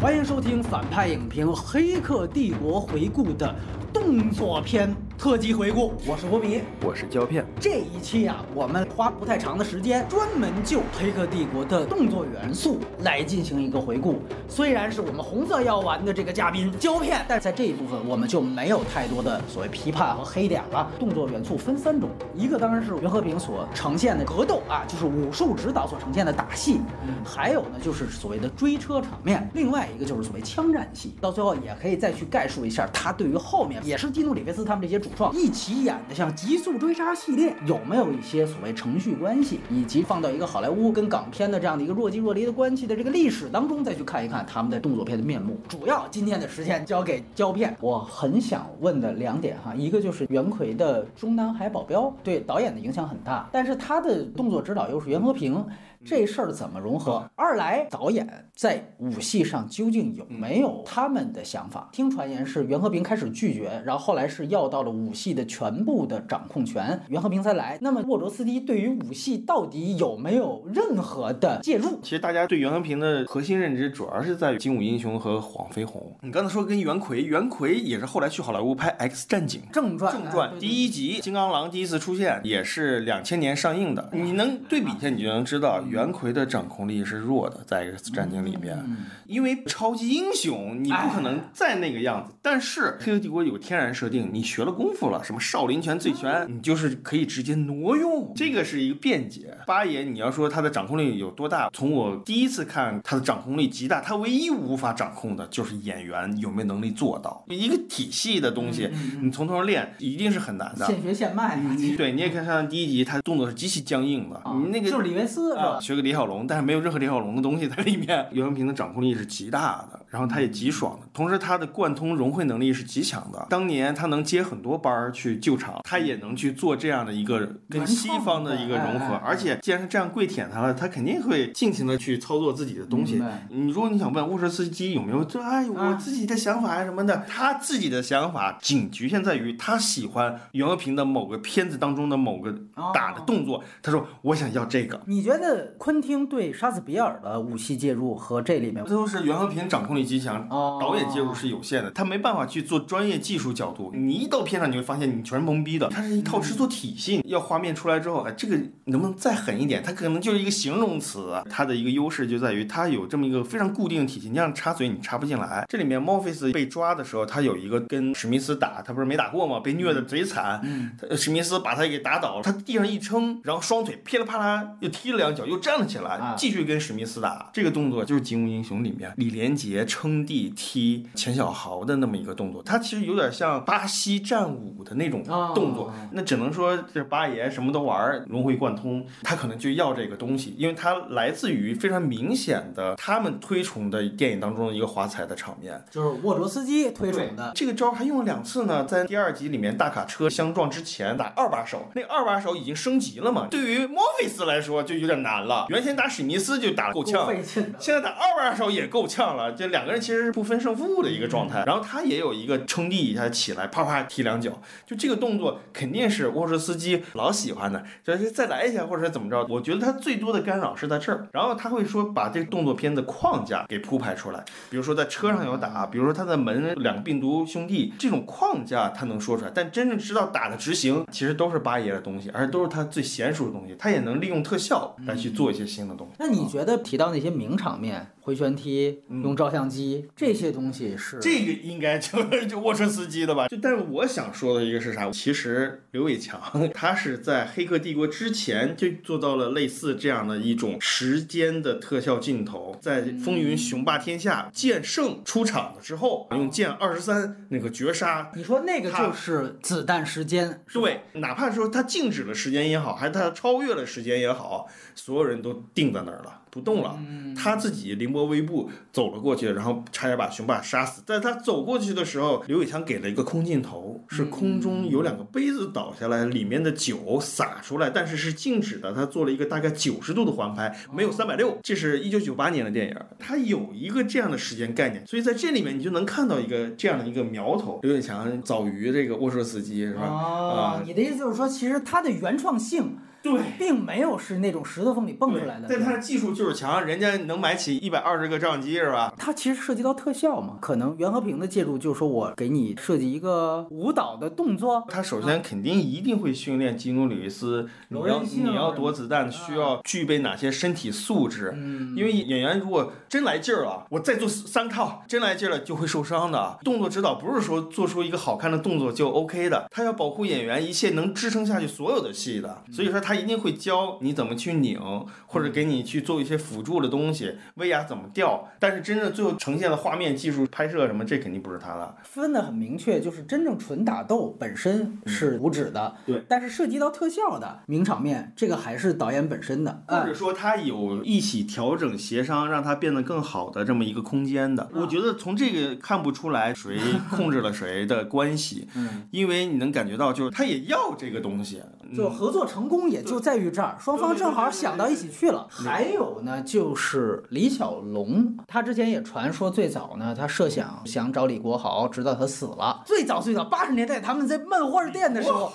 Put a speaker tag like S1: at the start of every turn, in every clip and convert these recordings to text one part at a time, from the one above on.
S1: 欢迎收听反派影评《黑客帝国》回顾的动作片特辑回顾，我是国米。
S2: 我是胶片，
S1: 这一期啊，我们花不太长的时间，专门啊就《黑客帝国》的动作元素来进行一个回顾。虽然是我们红色药丸的这个嘉宾胶片，但在这一部分我们就没有太多的所谓批判和黑点了。动作元素分三种，一个当然是袁和平所呈现的格斗啊，就是武术指导所呈现的打戏；还有呢，就是所谓的追车场面；另外一个就是所谓枪战戏。到最后也可以再去概述一下他对于后面也是基努里维斯他们这些主创一起演的像《极速追杀》系列有没有一些所谓程序关系，以及放到一个好莱坞跟港片的这样的一个若即若离的关系的这个历史当中，再去看一看他们的动作片的面目。主要今天的时间交给胶片，我很想问的两点哈，一个就是袁奎的《中南海保镖》对导演的影响很大，但是他的动作指导又是袁和平。
S2: 嗯
S1: 这事儿怎么融合？二来，导演在武戏上究竟有
S2: 嗯
S1: 没有他们的想法？听传言是袁和平开始拒绝，然后后来是要到了武戏的全部的掌控权，袁和平才来。那么沃卓斯基对于武戏到底有没有任何的介入？
S2: 其实大家对袁和平的核心认知主要是在于《精武英雄》和《黄飞鸿》。你刚才说跟袁奎，袁奎也是后来去好莱坞拍《X 战警》。
S1: 正传，
S2: 正
S1: 哎
S2: 传
S1: 对
S2: 第一集，金刚狼第一次出现也是两千年上映的。你能对比一下，你就能知道袁奎的掌控力是弱的，在《X 战警》里面，
S1: 嗯
S2: 因为超级英雄你不可
S1: 哎
S2: 能再那个样子。但是《黑客帝国》有天然设定，你学了功夫了，什么少林拳、醉拳，你就是可以直接挪用，这个是一个便捷。八爷，你要说他的掌控力有多大，从我第一次看他的掌控力极大，他唯一无法掌控的就是演员有没有能力做到一个体系的东西，你从头练一定是很难的。
S1: 现学现卖啊，其实
S2: 对，你也看上第一集，他动作是极其僵硬的，你那个
S1: 就是李维斯是吧
S2: 啊，？学个李小龙，但是没有任何李小龙的东西在里面。袁和平的掌控力是极大的，然后他也极爽的，同时他的贯通融会能力是极强的。当年他能接很多班儿去救场，他也能去做这样的一个跟西方的一个融
S1: 原创
S2: 合
S1: 的哎哎。
S2: 而且既然是这样跪舔他了，他肯定会尽情的去操作自己的东西
S1: 明白。
S2: 你如果你想问沃什斯基有没有这哎
S1: 啊
S2: 我自己的想法呀什么的，他自己的想法仅局限在于他喜欢袁和平的某个片子当中的某个啊
S1: 哦
S2: 打的动作，他说我想要这个。
S1: 啊你觉得昆汀对杀死比尔的武戏介入和这里面
S2: 这都是袁和平掌控力极强，
S1: 哦
S2: 导演介入是有限的，他没办法去做专业技术角度。你一到片场，你会发现你全是懵逼的，它是一套制作体系。要画面出来之后，哎，这个能不能再狠一点？它可能就是一个形容词，啊它的一个优势就在于它有这么一个非常固定的体系，你让插嘴你插不进来。这里面 Morpheus 被抓的时候，他有一个跟史密斯打，他不是没打过吗？被虐的贼惨，
S1: 嗯
S2: 他呃史密斯把他给打倒了，他地上一撑，然后双腿噼里啪啦又踢了两脚，又站了起
S1: 啊
S2: 来，继续跟史密斯打。这个动作就是《精武英雄》里面李连杰撑地踢钱小豪的那么一个动作，他其实有点像巴西战舞的那种
S1: 哦
S2: 动作。那只能说这八爷什么都玩儿，融会贯通，他可能就要这个东西，因为它来自于非常明显的他们推崇的电影当中的一个华彩的场面。
S1: 就是沃卓斯基推崇的？
S2: 这个招儿还用了两次呢，在第二集里面大卡车相撞之前打二把手，那二把手已经升级了嘛，对于莫菲斯来说就有点难了。原先打史密斯就打得够
S1: 够
S2: 呛，
S1: 费劲的。
S2: 现在打二把手也够呛了，这两个人其实是不分胜负的一个状态。然后他也有一个撑地一下起来，啪啪踢两脚，就这个动作肯定是沃什斯基老喜欢的，就是再来一下或者是怎么着。我觉得他最多的干扰是在这儿，然后他会说把这个动作片的框架给铺排出来，比如说在车上有打，比如说他在门两个病毒兄弟这种框架他能说出来，但真正知道打的执行，其实都是八爷的东西，而且都是他最娴熟的东西，他也能利用特效来去做一些新的东西。
S1: 那你觉得提到那些名场面，回旋踢、用照相机这些东西是？
S2: 嗯这个应该就是就沃车司机的吧？就但是我想说的一个是啥？其实刘伟强 他是在《黑客帝国》之前就做到了类似这样的一种时间的特效镜头，在《风云雄霸天下》剑圣出场了之后，用剑二十三那个绝杀
S1: 你说那个
S2: 他
S1: 就是子弹时间，是吧
S2: 对，哪怕说它静止了时间也好，还是它超越了时间也好，所有人都定在那儿了，不动了。他自己凌波微步走了过去，然后差点把雄霸杀死。在他走过去的时候，刘伟强给了一个空镜头，是空中有两个杯子倒下来，里面的酒洒出来，但是是静止的。他做了一个大概九十度的环拍，没有三百六。这是一九九八年的电影，它有一个这样的时间概念，所以在这里面你就能看到一个这样的一个苗头。刘伟强早于这个沃舍斯基是吧？
S1: 哦
S2: 啊，
S1: 你的意思就是说，其实它的原创性
S2: 对，
S1: 并没有是那种石头缝里蹦出来的。
S2: 但它的技术就是强，人家能买起一百二十个照相机是吧？
S1: 它其实涉及到特效嘛，可能袁和平的介入就是说我给你设计一个舞蹈的动作，
S2: 他首先肯定一定会训练基努里维斯，你
S1: 柔
S2: 要
S1: 韧性
S2: 你要躲子弹需要具备哪些身体素质？
S1: 嗯
S2: 因为演员如果真来劲儿了，我再做三套，真来劲儿了就会受伤的。动作指导不是说做出一个好看的动作就 OK 的，他要保护演员一切能支撑下去所有的戏的，
S1: 嗯
S2: 所以说他一定会教你怎么去拧，或者给你去做一些辅助的东西，威亚怎么吊。但是真正最后呈现的画面技术拍摄什么，这肯定不是他的。
S1: 分得很明确，就是真正纯打斗本身是无止的，
S2: 嗯对，
S1: 但是涉及到特效的名场面，这个还是导演本身的。
S2: 或
S1: 啊。
S2: 者说他有一起调整、协商，让它变得更好的这么一个空间的。我觉得从这个看不出来谁控制了谁的关系，
S1: 嗯，
S2: 因为你能感觉到，就是他也要这个东西。嗯
S1: 就合作成功也就在于这儿，双方正好想到一起去了。还有呢，就是李小龙，他之前也传说最早呢，他设想想找李国豪，直到他死了。最早最早八十年代他们在漫画店
S2: 嗯
S1: 的时候，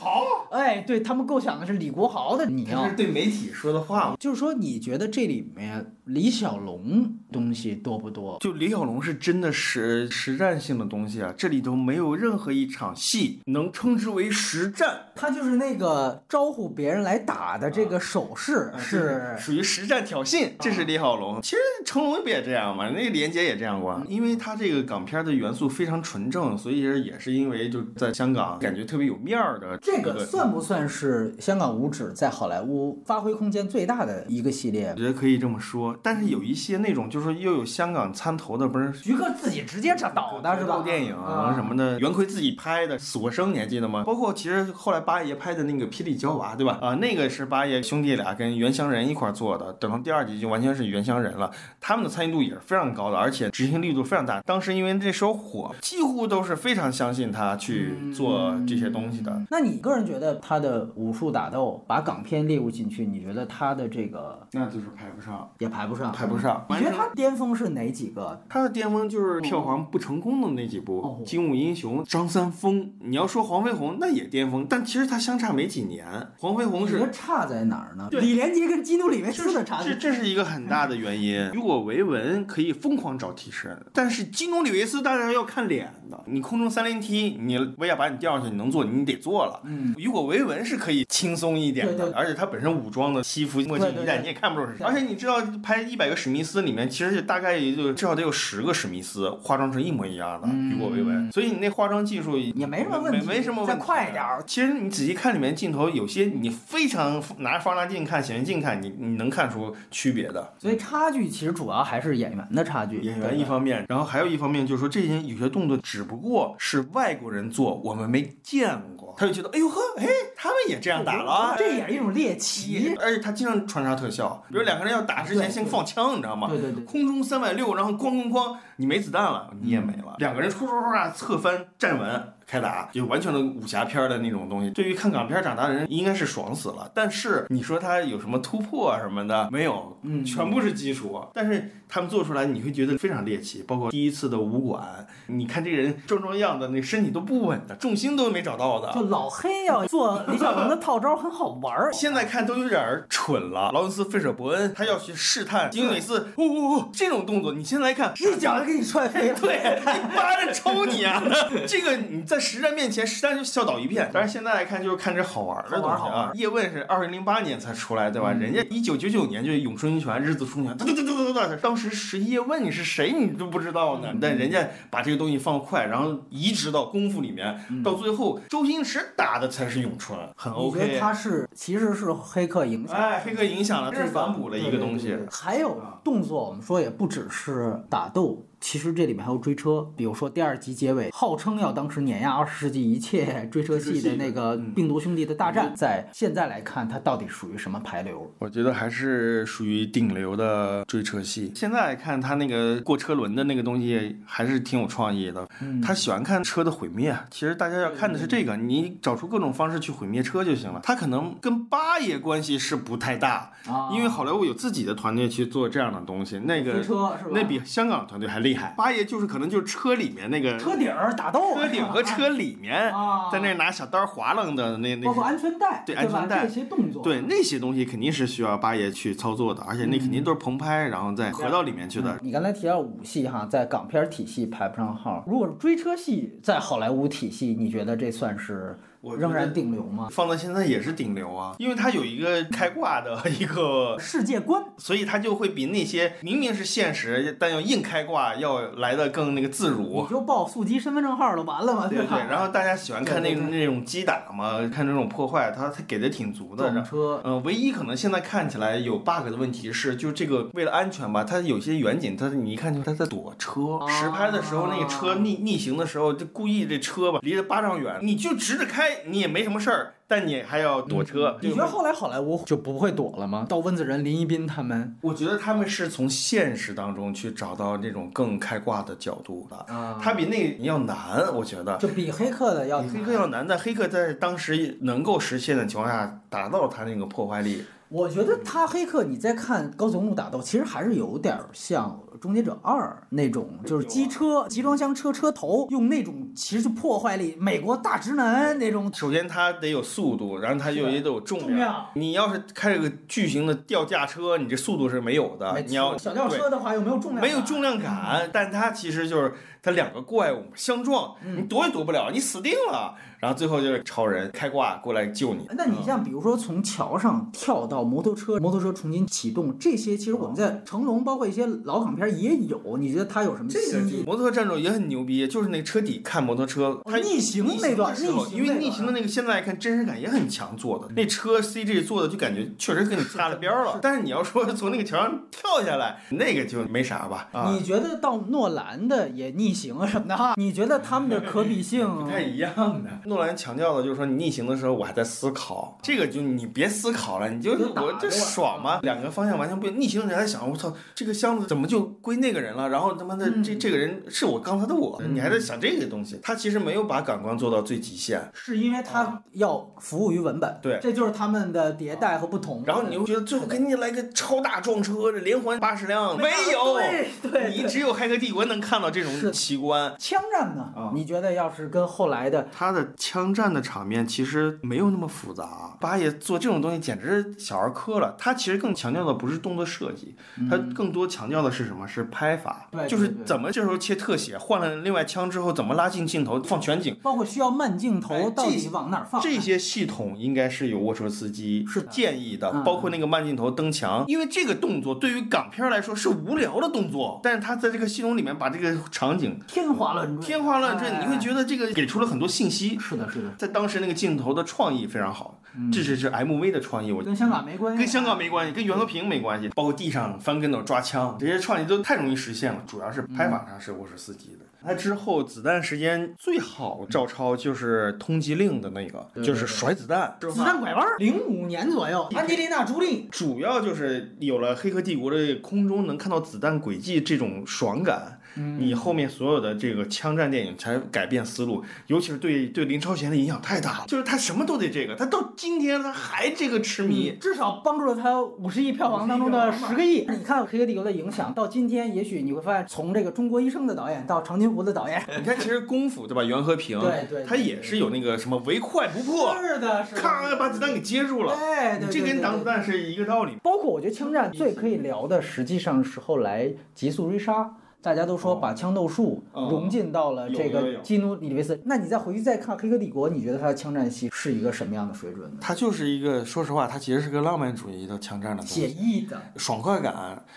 S1: 哎，对他们构想的是李国豪的你要
S2: 这是对媒体说的话嘛。
S1: 就是说，你觉得这里面李小龙东西多不多？
S2: 就李小龙是真的实实战性的东西啊，这里头没有任何一场戏能称之为实战，
S1: 他就是那个招呼别人来打的这个手势 是。
S2: 啊属于实战挑衅，这
S1: 啊
S2: 是李小龙。其实成龙不也这样吗？那连杰也这样过，啊
S1: 嗯
S2: 因为他这个港片的元素非常纯正，所以也是因为就在香港感觉特别有面儿的
S1: 这
S2: 一
S1: 个
S2: 个。
S1: 算不算是香港五指在好莱坞发挥空间最大的一个系列
S2: 我？觉得可以这么说，但是有一些那种就是又有香港参头的，不是
S1: 徐克自己直接找导的是吧？
S2: 电影
S1: 啊
S2: 什么的，袁奎自己拍的《死过生》，你还记得吗？包括其实后来八爷拍的那个《霹雳娇娃》，对吧？啊、那个是八爷兄弟俩跟袁湘仁一块儿做的，等到第二集就完全是袁湘仁了，他们的参与度也是非常高的，而且执行力度非常大。当时因为这首火，几乎都是非常相信他去做这些东西的。
S1: 那你个人觉得他的武术打斗把港片列入进去，你觉得他的这个
S2: 那就是排不上，
S1: 也排不上？
S2: 排不上。
S1: 你觉得他巅峰是哪几个？
S2: 他的巅峰就是票房不成功的那几部
S1: 哦
S2: 《精武英雄》《张三丰》。你要说黄飞鸿，那也巅峰，但其实他相差没几年。黄飞
S1: 你
S2: 鸿
S1: 觉
S2: 是
S1: 得差在哪儿呢？
S2: 对
S1: 李连杰跟基努里维斯的差距
S2: 这这是一个很大的原因。如果维文可以疯狂找替身，但是基努里维斯大家要看脸的。你空中三连踢，你威亚把你吊上去，你能做你得做了。
S1: 嗯，
S2: 如果维文是可以轻松一点的，
S1: 对对
S2: 而且他本身武装的西服、墨镜
S1: 对对
S2: 一戴，
S1: 对
S2: 你也看不出是谁。
S1: 对
S2: 而且你知道，拍一百个史密斯里面，其实大概也就至少得有十个史密斯化妆成一模一样的。
S1: 嗯
S2: 雨果维文，所以你那化妆技术
S1: 也没什么问题
S2: 没没什么问题。嗯
S1: 再快点儿
S2: 啊其实你仔细看里面镜头，有些你非常拿放大镜看、显微镜看，你你能看出区别的。
S1: 所以差距其实主要还是演员的差距。
S2: 演
S1: 对吧
S2: 员一方面，然后还有一方面就是说，这些有些动作只不过是外国人做，我们没见过，他就觉得哎呦呵，哎，他们也这样打了啊，
S1: 这也是一种猎奇。
S2: 而且他经常穿插特效，比如两个人要打之前
S1: 对
S2: 先放枪，你知道吗？
S1: 对对对，
S2: 空中三百六，然后咣咣咣，你没子弹了，你也没了。嗯两个人唰唰唰侧翻站稳开打，就完全的武侠片的那种东西。对于看港片长大的人，应该是爽死了。但是你说他有什么突破啊什么的，没有，
S1: 嗯
S2: 全部是基础。但是他们做出来，你会觉得非常猎奇。包括第一次的武馆，你看这人装装样的，那身体都不稳的，重心都没找到的，
S1: 就老黑 要做李小龙的套招很好玩儿。
S2: 现在看都有点儿蠢了。劳伦斯·费舍伯恩他要去试探金蕾斯，哦哦哦，这种动作，你现在看。
S1: 一脚就给你踹飞了。
S2: 对， 一巴掌抽你啊！ 这个你在实战面前，实战就笑倒一片。但是现在来看，就是看这好玩儿的东西
S1: 好玩儿好嗯玩
S2: 啊。叶问是二零零八年才出来，对吧？人家一九九九年就咏春拳、日子冲拳，哒哒哒哒哒哒。当时谁叶问你是谁，你都不知道
S1: 嗯
S2: 呢。但人家把这个东西放快，然后移植到功夫里面，到最后周星驰打的才是咏春，很
S1: 我嗯觉得
S2: OK。
S1: 他是其实是黑客影响。
S2: 哎，黑客影响了，这是反哺了一个东西。啊
S1: 还有动作，我们说也不只是打斗，其实这里面还有追车。比如说第二集结尾，号称要当时碾压二十世纪一
S2: 嗯
S1: 切追车戏的那个病毒兄弟的大战，在现在来看，它到底属于什么排流？
S2: 我觉得还是属于顶流的追车戏。现在看他那个过车轮的那个东西，还是挺有创意的。
S1: 嗯
S2: 他喜欢看车的毁灭，啊其实大家要看的是这个，你找出各种方式去毁灭车就行了。他可能跟八爷关系是不太大，
S1: 啊
S2: 因为好莱坞有自己的团队去做这样的东西，那个
S1: 飞车是吧
S2: 那比香港团队还厉厉害，八爷就是可能就是车里面那个
S1: 车顶儿打斗，
S2: 车顶和车里面
S1: 啊
S2: 在那拿小刀划楞的那那
S1: 包括
S2: 些。
S1: 安全带，
S2: 对
S1: 吧？
S2: 安全带
S1: 这些动作，
S2: 对那些东西肯定是需要八爷去操作的，而且那肯定
S1: 嗯
S2: 都是棚拍，然后再合到里面去的。
S1: 你刚才提到武戏哈，在港片体系排不上号。如果追车戏在好莱坞体系，你觉得这算是
S2: 我
S1: 仍然顶流吗？
S2: 放到现在也是顶流啊，因为它有一个开挂的 一个，
S1: 呃世界观
S2: 所以它就会比那些明明是现实但要硬开挂要来的更那个自如。
S1: 你就报速激身份证号就完了嘛，
S2: 对
S1: 吧？
S2: 对，然后大家喜欢看那
S1: 对对
S2: 那种击打嘛，看这种破坏，他他给的挺足的。
S1: 撞
S2: 然
S1: 车，
S2: 嗯，唯一可能现在看起来有 bug 的问题是，就这个为了安全吧，它有些远景，它你一看就它在躲车。
S1: 啊
S2: 实拍的时候，那个车逆逆行的时候，就故意这车吧离得八丈远，你就直着开，你也没什么事儿，但你还要躲车。
S1: 你
S2: 就
S1: 觉得后来好莱坞就不会躲了吗？到温子仁、林一斌他们
S2: 我觉得他们是从现实当中去找到那种更开挂的角度的，
S1: 啊，
S2: 它比那个要难，我觉得。
S1: 就比黑客的要
S2: 比黑客要难的，黑客在当时能够实现的情况下，达到他那个破坏力。
S1: 我觉得他黑客，你再看高速公路打斗，其实还是有点像《终结者二》那种，
S2: 啊
S1: 就是机车、集装箱车车头用那种其实就破坏力，美国大直男那种
S2: 首先它得有速度，然后它又也得有重量。
S1: 重量。
S2: 你要是开着个巨型的吊架车，你这速度是没有的。
S1: 没
S2: 啊你要
S1: 小轿车的话又没有重量，啊嗯
S2: 没有重量感，但它其实就是它两个怪物相撞，
S1: 嗯
S2: 你躲也躲不了，你死定了。然后最后就是超人开挂过来救你。
S1: 哎
S2: 嗯
S1: 那你像比如说从桥上跳到摩托车，摩托车重新启动，这些其实
S2: 啊
S1: 我们在成龙，包括一些老港片也有。你觉得他有什么
S2: 这个
S1: 新意？
S2: 摩托车战斗也很牛逼，就是那车底看摩托车，它
S1: 逆行
S2: 逆行
S1: 那段，嗯
S2: 的
S1: 逆
S2: 时候，因为逆行
S1: 那
S2: 的那个现在看真实感也很强做的，那车 CG 做的就感觉确实跟你擦了边儿了。但是你要说从那个桥上跳下来，那个就没啥吧？
S1: 段
S2: 啊，
S1: 你觉得到诺兰的也逆行啊什么的哈？你觉得他们的可 比性
S2: 不太一样的。诺兰强调的就是说，你逆行的时候我还在思考，这个就你别思考了，你就
S1: 你就打
S2: 我这
S1: 着啊吧
S2: 爽吗？两个方向完全不一样。逆行的人还想，我操，这个箱子怎么就归那个人了？然后他妈的
S1: 嗯
S2: 这这个人是我刚才的我，
S1: 嗯
S2: 你还在想这个东西。他其实没有把感官做到最极限。
S1: 是因为它要服务于文本，
S2: 啊对啊
S1: 这就是他们的迭代和不同。
S2: 然后你又觉得最后给你来个超大撞车，这连环八十辆，啊没有，
S1: 对对，
S2: 你
S1: 对
S2: 只有黑客帝国能看到这
S1: 是
S2: 种奇观。
S1: 枪战呢？
S2: 啊
S1: 你觉得要是跟后来的
S2: 他的枪战的场面其实没有那么复杂，啊八爷做这种东西简直是小儿科了。他其实更强调的不是动作设计，他更多强调的是什么？是拍法
S1: 对，
S2: 就是
S1: 对对
S2: 怎么这时候切特写，换了另外枪之后怎么拉近镜头放全景，
S1: 包括需要慢镜头
S2: 哎
S1: 到
S2: 这
S1: 底
S2: 些
S1: 往哪儿放？
S2: 这些系统应该是有沃车斯基
S1: 是的
S2: 建议的
S1: 嗯，
S2: 包括那个慢镜头蹬墙，因为这个动作对于港片儿来说是无聊的动作，但是他在这个系统里面把这个场景
S1: 天花乱坠，
S2: 天花乱坠，
S1: 哎
S2: 你会觉得这个给出了很多信息
S1: 得，是的，是的，
S2: 在当时那个镜头的创意非常好
S1: 嗯，
S2: 这是是 MV 的创意，我觉得。
S1: 跟香港没关系，啊
S2: 跟香港没关系，跟袁和平没关系，包括地上翻跟头抓枪，这些创意都太容易实现了。主要是拍
S1: 嗯
S2: 法上是我是司机的。那之后子弹时间最好照抄就是通缉令的那个
S1: 对，对
S2: 就是甩子弹。
S1: 子弹拐弯，零五年左右，
S2: 嗯
S1: 安吉丽娜·朱莉，
S2: 主要就是有了《黑客帝国》的空中能看到子弹轨迹这种爽感，你后面所有的这个枪战电影才改变思路，尤其是对对林超贤的影响太大了，就是他什么都得这个，他到今天他还这个痴迷。
S1: 嗯至少帮助了他五十亿票房当中的十个亿。你看《黑客帝国》的影响，到今天，也许你会发现，从这个中国医生的导演到长津湖的导演，
S2: 你看，其实功夫对吧？袁和平，
S1: 对对对
S2: 他也是有那个什么唯快不破，
S1: 是的，是的，
S2: 咔把子弹给接住了。
S1: 哎，对，
S2: 这
S1: 对
S2: 跟
S1: 对
S2: 挡
S1: 对
S2: 子弹是一个道理。
S1: 包括我觉得枪战最可以聊的，实际上是后来《极速追杀》。大家都说把枪斗术
S2: 哦
S1: 融进到了这
S2: 有有
S1: 个
S2: 有
S1: 基努里维斯，那你再回去再看《黑客帝国》，你觉得他的枪战戏是一个什么样的水准呢？
S2: 他就是一个，说实话，他其实是个浪漫主义的枪战的东
S1: 写
S2: 西，
S1: 意的，
S2: 爽快感。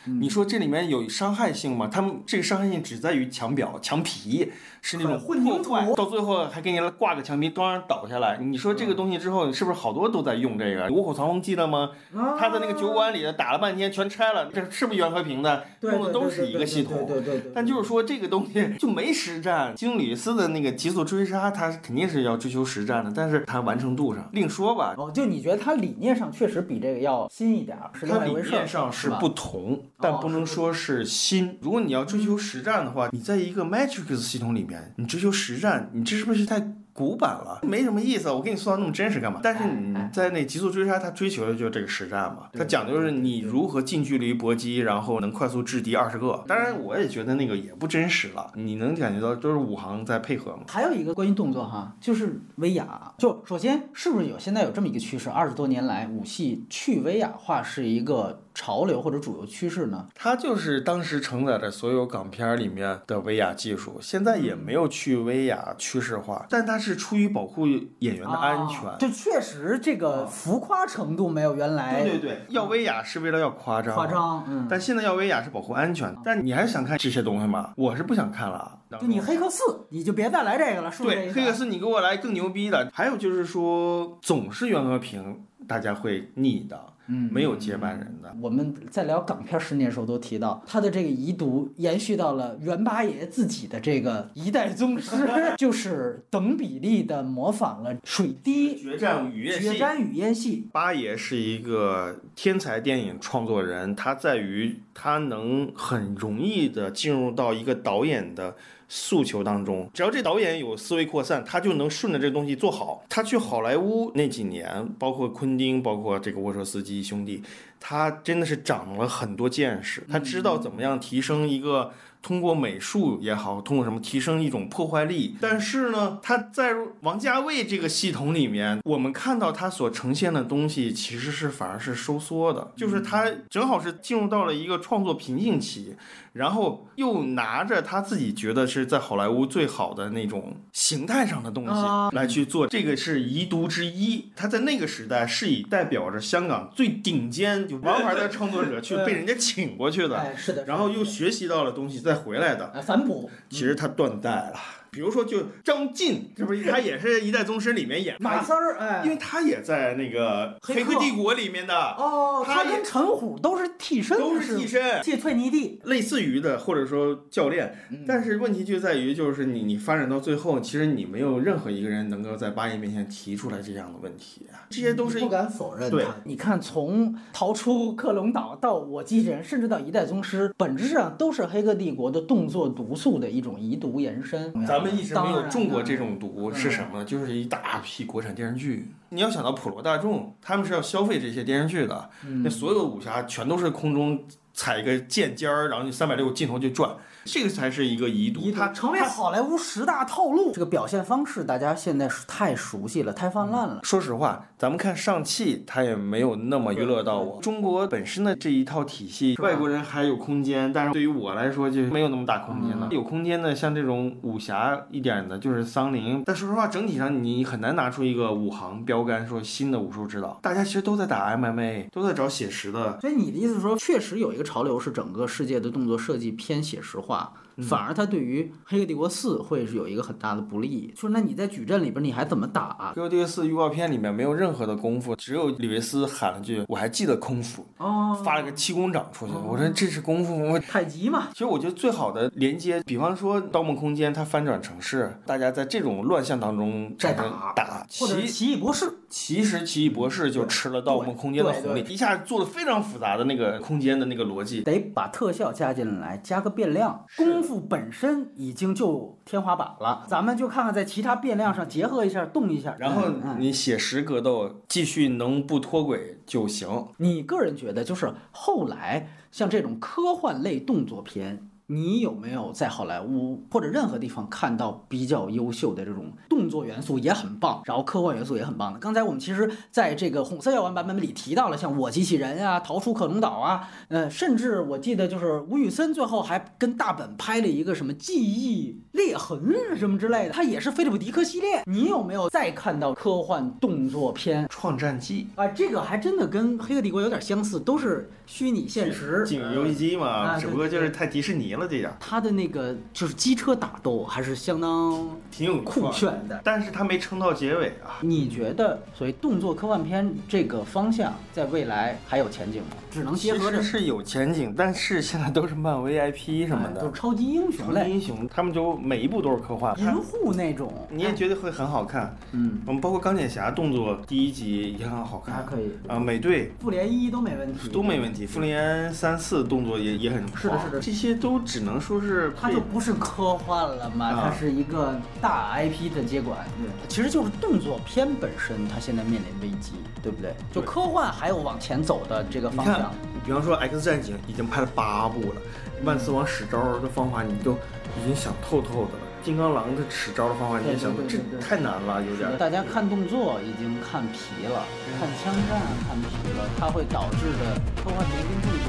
S1: 嗯
S2: 你说这里面有伤害性吗？他们这个伤害性只在于墙表、墙皮，是那种
S1: 很混凝土
S2: 破坏，到最后还给你挂个墙皮，咣然倒下来。你说这个东西之后，是不是好多都在用这个？五虎藏龙记得吗？
S1: 啊
S2: 他在那个酒馆里打了半天，全拆了，这是不是袁和平的？
S1: 对
S2: 用的都是一个系
S1: 对对对
S2: 统。
S1: 对对对对对对对对
S2: 但就是说，这个东西 就没实战。经理斯的那个极速追杀，他肯定是要追求实战的，但是他完成度上另说吧。
S1: 哦，就你觉得他理念上确实比这个要新一点儿，是另
S2: 它
S1: 外
S2: 理
S1: 一回事儿，
S2: 念上是
S1: 吧哦
S2: 不同，但不能说是新。
S1: 嗯
S2: 如果你要追求实战的话，你在一个 Matrix 系统里面，你追求实战，你这是不是太古板了，没什么意思。我给你塑造那么真实干嘛？但是
S1: 哎
S2: 你在那《极速追杀》，它追求的就是这个实战嘛，它讲的就是你如何近距离搏击，然后能快速制敌二十个。当然，我也觉得那个也不真实了，你能感觉到都是武行在配合嘛。
S1: 还有一个关于动作哈，就是威亚。就首先是不是有现在有这么一个趋势？二十多年来，武戏去威亚化是一个潮流或者主流趋势呢？
S2: 它就是当时承载着所有港片儿里面的威亚技术，现在也没有去威亚趋势化，但它是出于保护演员的安全。
S1: 啊
S2: 啊
S1: 就确实这个浮夸程度没有原来
S2: 对对对，耀威亚是为了要夸张，
S1: 夸。张。嗯，
S2: 但现在耀威亚是保护安全，但你还是想看这些东西吗？我是不想看了。啊
S1: 就你黑客四，你就别再来这个了，是不是这意
S2: 对
S1: 思？啊
S2: 黑客四，你给我来更牛逼的。还有就是说，总是袁和平，大家会腻的，
S1: 嗯
S2: 没有接班人的。
S1: 我们在聊港片十年的时候都提到，他的这个遗毒延续到了袁八爷自己的这个一代宗师， 就是等比例的模仿了水滴
S2: 决战雨夜
S1: 决
S2: 戏。
S1: 战雨夜戏。
S2: 八爷是一个天才电影创作人，他在于他能很容易的进入到一个导演的诉求当中，只要这导演有思维扩散，他就能顺着这东西做好。他去好莱坞那几年，包括昆汀，包括这个沃舍斯基兄弟，他真的是长了很多见识，他知道怎么样提升一个。通过美术也好，通过什么提升一种破坏力，但是呢，他在王家卫这个系统里面，我们看到他所呈现的东西其实是反而是收缩的，就是他正好是进入到了一个创作瓶颈期，然后又拿着他自己觉得是在好莱坞最好的那种形态上的东西
S1: 啊
S2: 来去做，这个是遗毒之一。他在那个时代是以代表着香港最顶尖就王牌 的创作者去被人家请过去的。
S1: 哎，是的，
S2: 然后又
S1: 是
S2: 学习到了东西再回来的，
S1: 的哎反哺
S2: 其实他断代了。比如说，就张晋，这不是他也是一代宗师里面演
S1: 马
S2: 他，
S1: 三儿，哎，
S2: 因为他也在那个《
S1: 黑
S2: 黑
S1: 客
S2: 客帝国》里面的
S1: 哦，他
S2: 他也
S1: 跟陈虎都是替身，
S2: 都是替身，
S1: 替翠泥地。
S2: 类似于的，或者说教练。但是问题就在于，就是你你发展到最后，其实你没有任何一个人能够在八爷面前提出来这样的问题，啊这些都是
S3: 不敢否认
S2: 对
S3: 他
S1: 你看，从逃出克隆岛到我机器人，甚至到一代宗师，本质上都是黑客帝国的动作毒素的一种遗毒延伸。
S2: 咱们一直没
S1: 当
S2: 有
S1: 然
S2: 中过
S1: 了
S2: 这种毒是什么呢？就是一大批国产电视剧。你要想到普罗大众，他们是要消费这些电视剧的。
S1: 嗯
S2: 那所有的武侠全都是空中踩一个剑尖儿，然后就三百六镜头就转，这个才是一个遗毒。它
S1: 成为好莱坞十大套路这个表现方式，大家现在是太熟悉了，太泛滥了。
S2: 说实话，咱们看上汽，它也没有那么娱乐到我。中国本身的这一套体系，
S1: 吧
S2: 外国人还有空间，但是对于我来说就没有那么大空间
S1: 嗯
S2: 了。有空间的，像这种武侠一点的，就是桑林。但说实话，整体上你很难拿出一个武行标杆，说新的武术指导。大家其实都在打 MMA，都在找写实的。
S1: 所以你的意思是说，确实有一个潮流是整个世界的动作设计偏写实化，
S2: 嗯
S1: 反而它对于《黑客帝国四》会是有一个很大的不利。就是那你在矩阵里边你还怎么打、啊
S2: 《哥第四》预告片里面没有任何的功夫，只有李维斯喊了句“我还记得空腹”，
S1: 哦，
S2: 发了个气功掌出去。我说这是功夫吗？
S1: 太极嘛，
S2: 其实我觉得最好的连接，比方说《盗梦空间》，它翻转城市，大家在这种乱象当中
S1: 在
S2: 产
S1: 打
S2: 生打。
S1: 或者是
S2: 其
S1: 奇异博士，
S2: 其实《奇异博士》就吃了《盗梦空间》的
S1: 对
S2: 红利，一下做的非常复杂的那个空间的那个逻辑。
S1: 得把特效加进来，加个变量。功夫本身已经就天花板了，咱们就看看在其他变量上结合一下，动一下。
S2: 然后
S1: 嗯嗯
S2: 你写实格斗，继续能不脱轨就行。
S1: 你个人觉得，就是后来像这种科幻类动作片，你有没有在好莱坞或者任何地方看到比较优秀的这种动作元素也很棒，然后科幻元素也很棒的？刚才我们其实在这个红色药丸版本里提到了，像《我机器人》啊，《逃出克隆岛》啊，呃，甚至我记得就是吴宇森最后还跟大本拍了一个什么记忆裂痕什么之类的，它也是菲利普迪克系列。你有没有再看到科幻动作片
S2: 创战记，
S1: 啊，这个还真的跟《黑客帝国》有点相似，都是虚拟现实。
S2: 进游戏机嘛，
S1: 啊
S2: 只不过就是太迪士尼了这点儿，
S1: 它的那个就是机车打斗还是相当
S2: 挺有
S1: 酷
S2: 创
S1: 炫的。
S2: 但是它没撑到结尾啊。
S1: 你觉得所谓动作科幻片这个方向，在未来还有前景吗？只能结合着
S2: 其实是有前景，但是现在都是漫威 IP 什么
S1: 哎
S2: 的，
S1: 就是超级英雄类，嗯
S2: 英雄，他们就每一部都是科幻，
S1: 银护那种。哎
S2: 你也觉得会很好看。
S1: 嗯，
S2: 嗯，包括钢铁侠动作第一集也很好
S1: 还
S2: 看，
S1: 可以，
S2: 啊，美队
S1: 复联一都没问题，
S2: 都没问题，复联三四动作也也很
S1: 是的
S2: 棒
S1: 是的
S2: 这些都只能说是
S1: 它就不是科幻了嘛，
S2: 啊
S1: 它是一个大 IP 的接管，对，其实就是动作片本身，它现在面临危机，对不对？就科幻还有往前走的这个
S2: 你
S1: 方
S2: 看
S1: 向，，
S2: 比方说《X 战警》已经拍了八部了，万磁王使招的方法你都已经想透透的了，金刚狼的使招的方法你也想过，
S1: 对
S2: 这
S1: 对对对对
S2: 太难了，有点儿。
S1: 大家看动作已经看疲了，看枪战看疲了，它会导致的科幻迷跟动作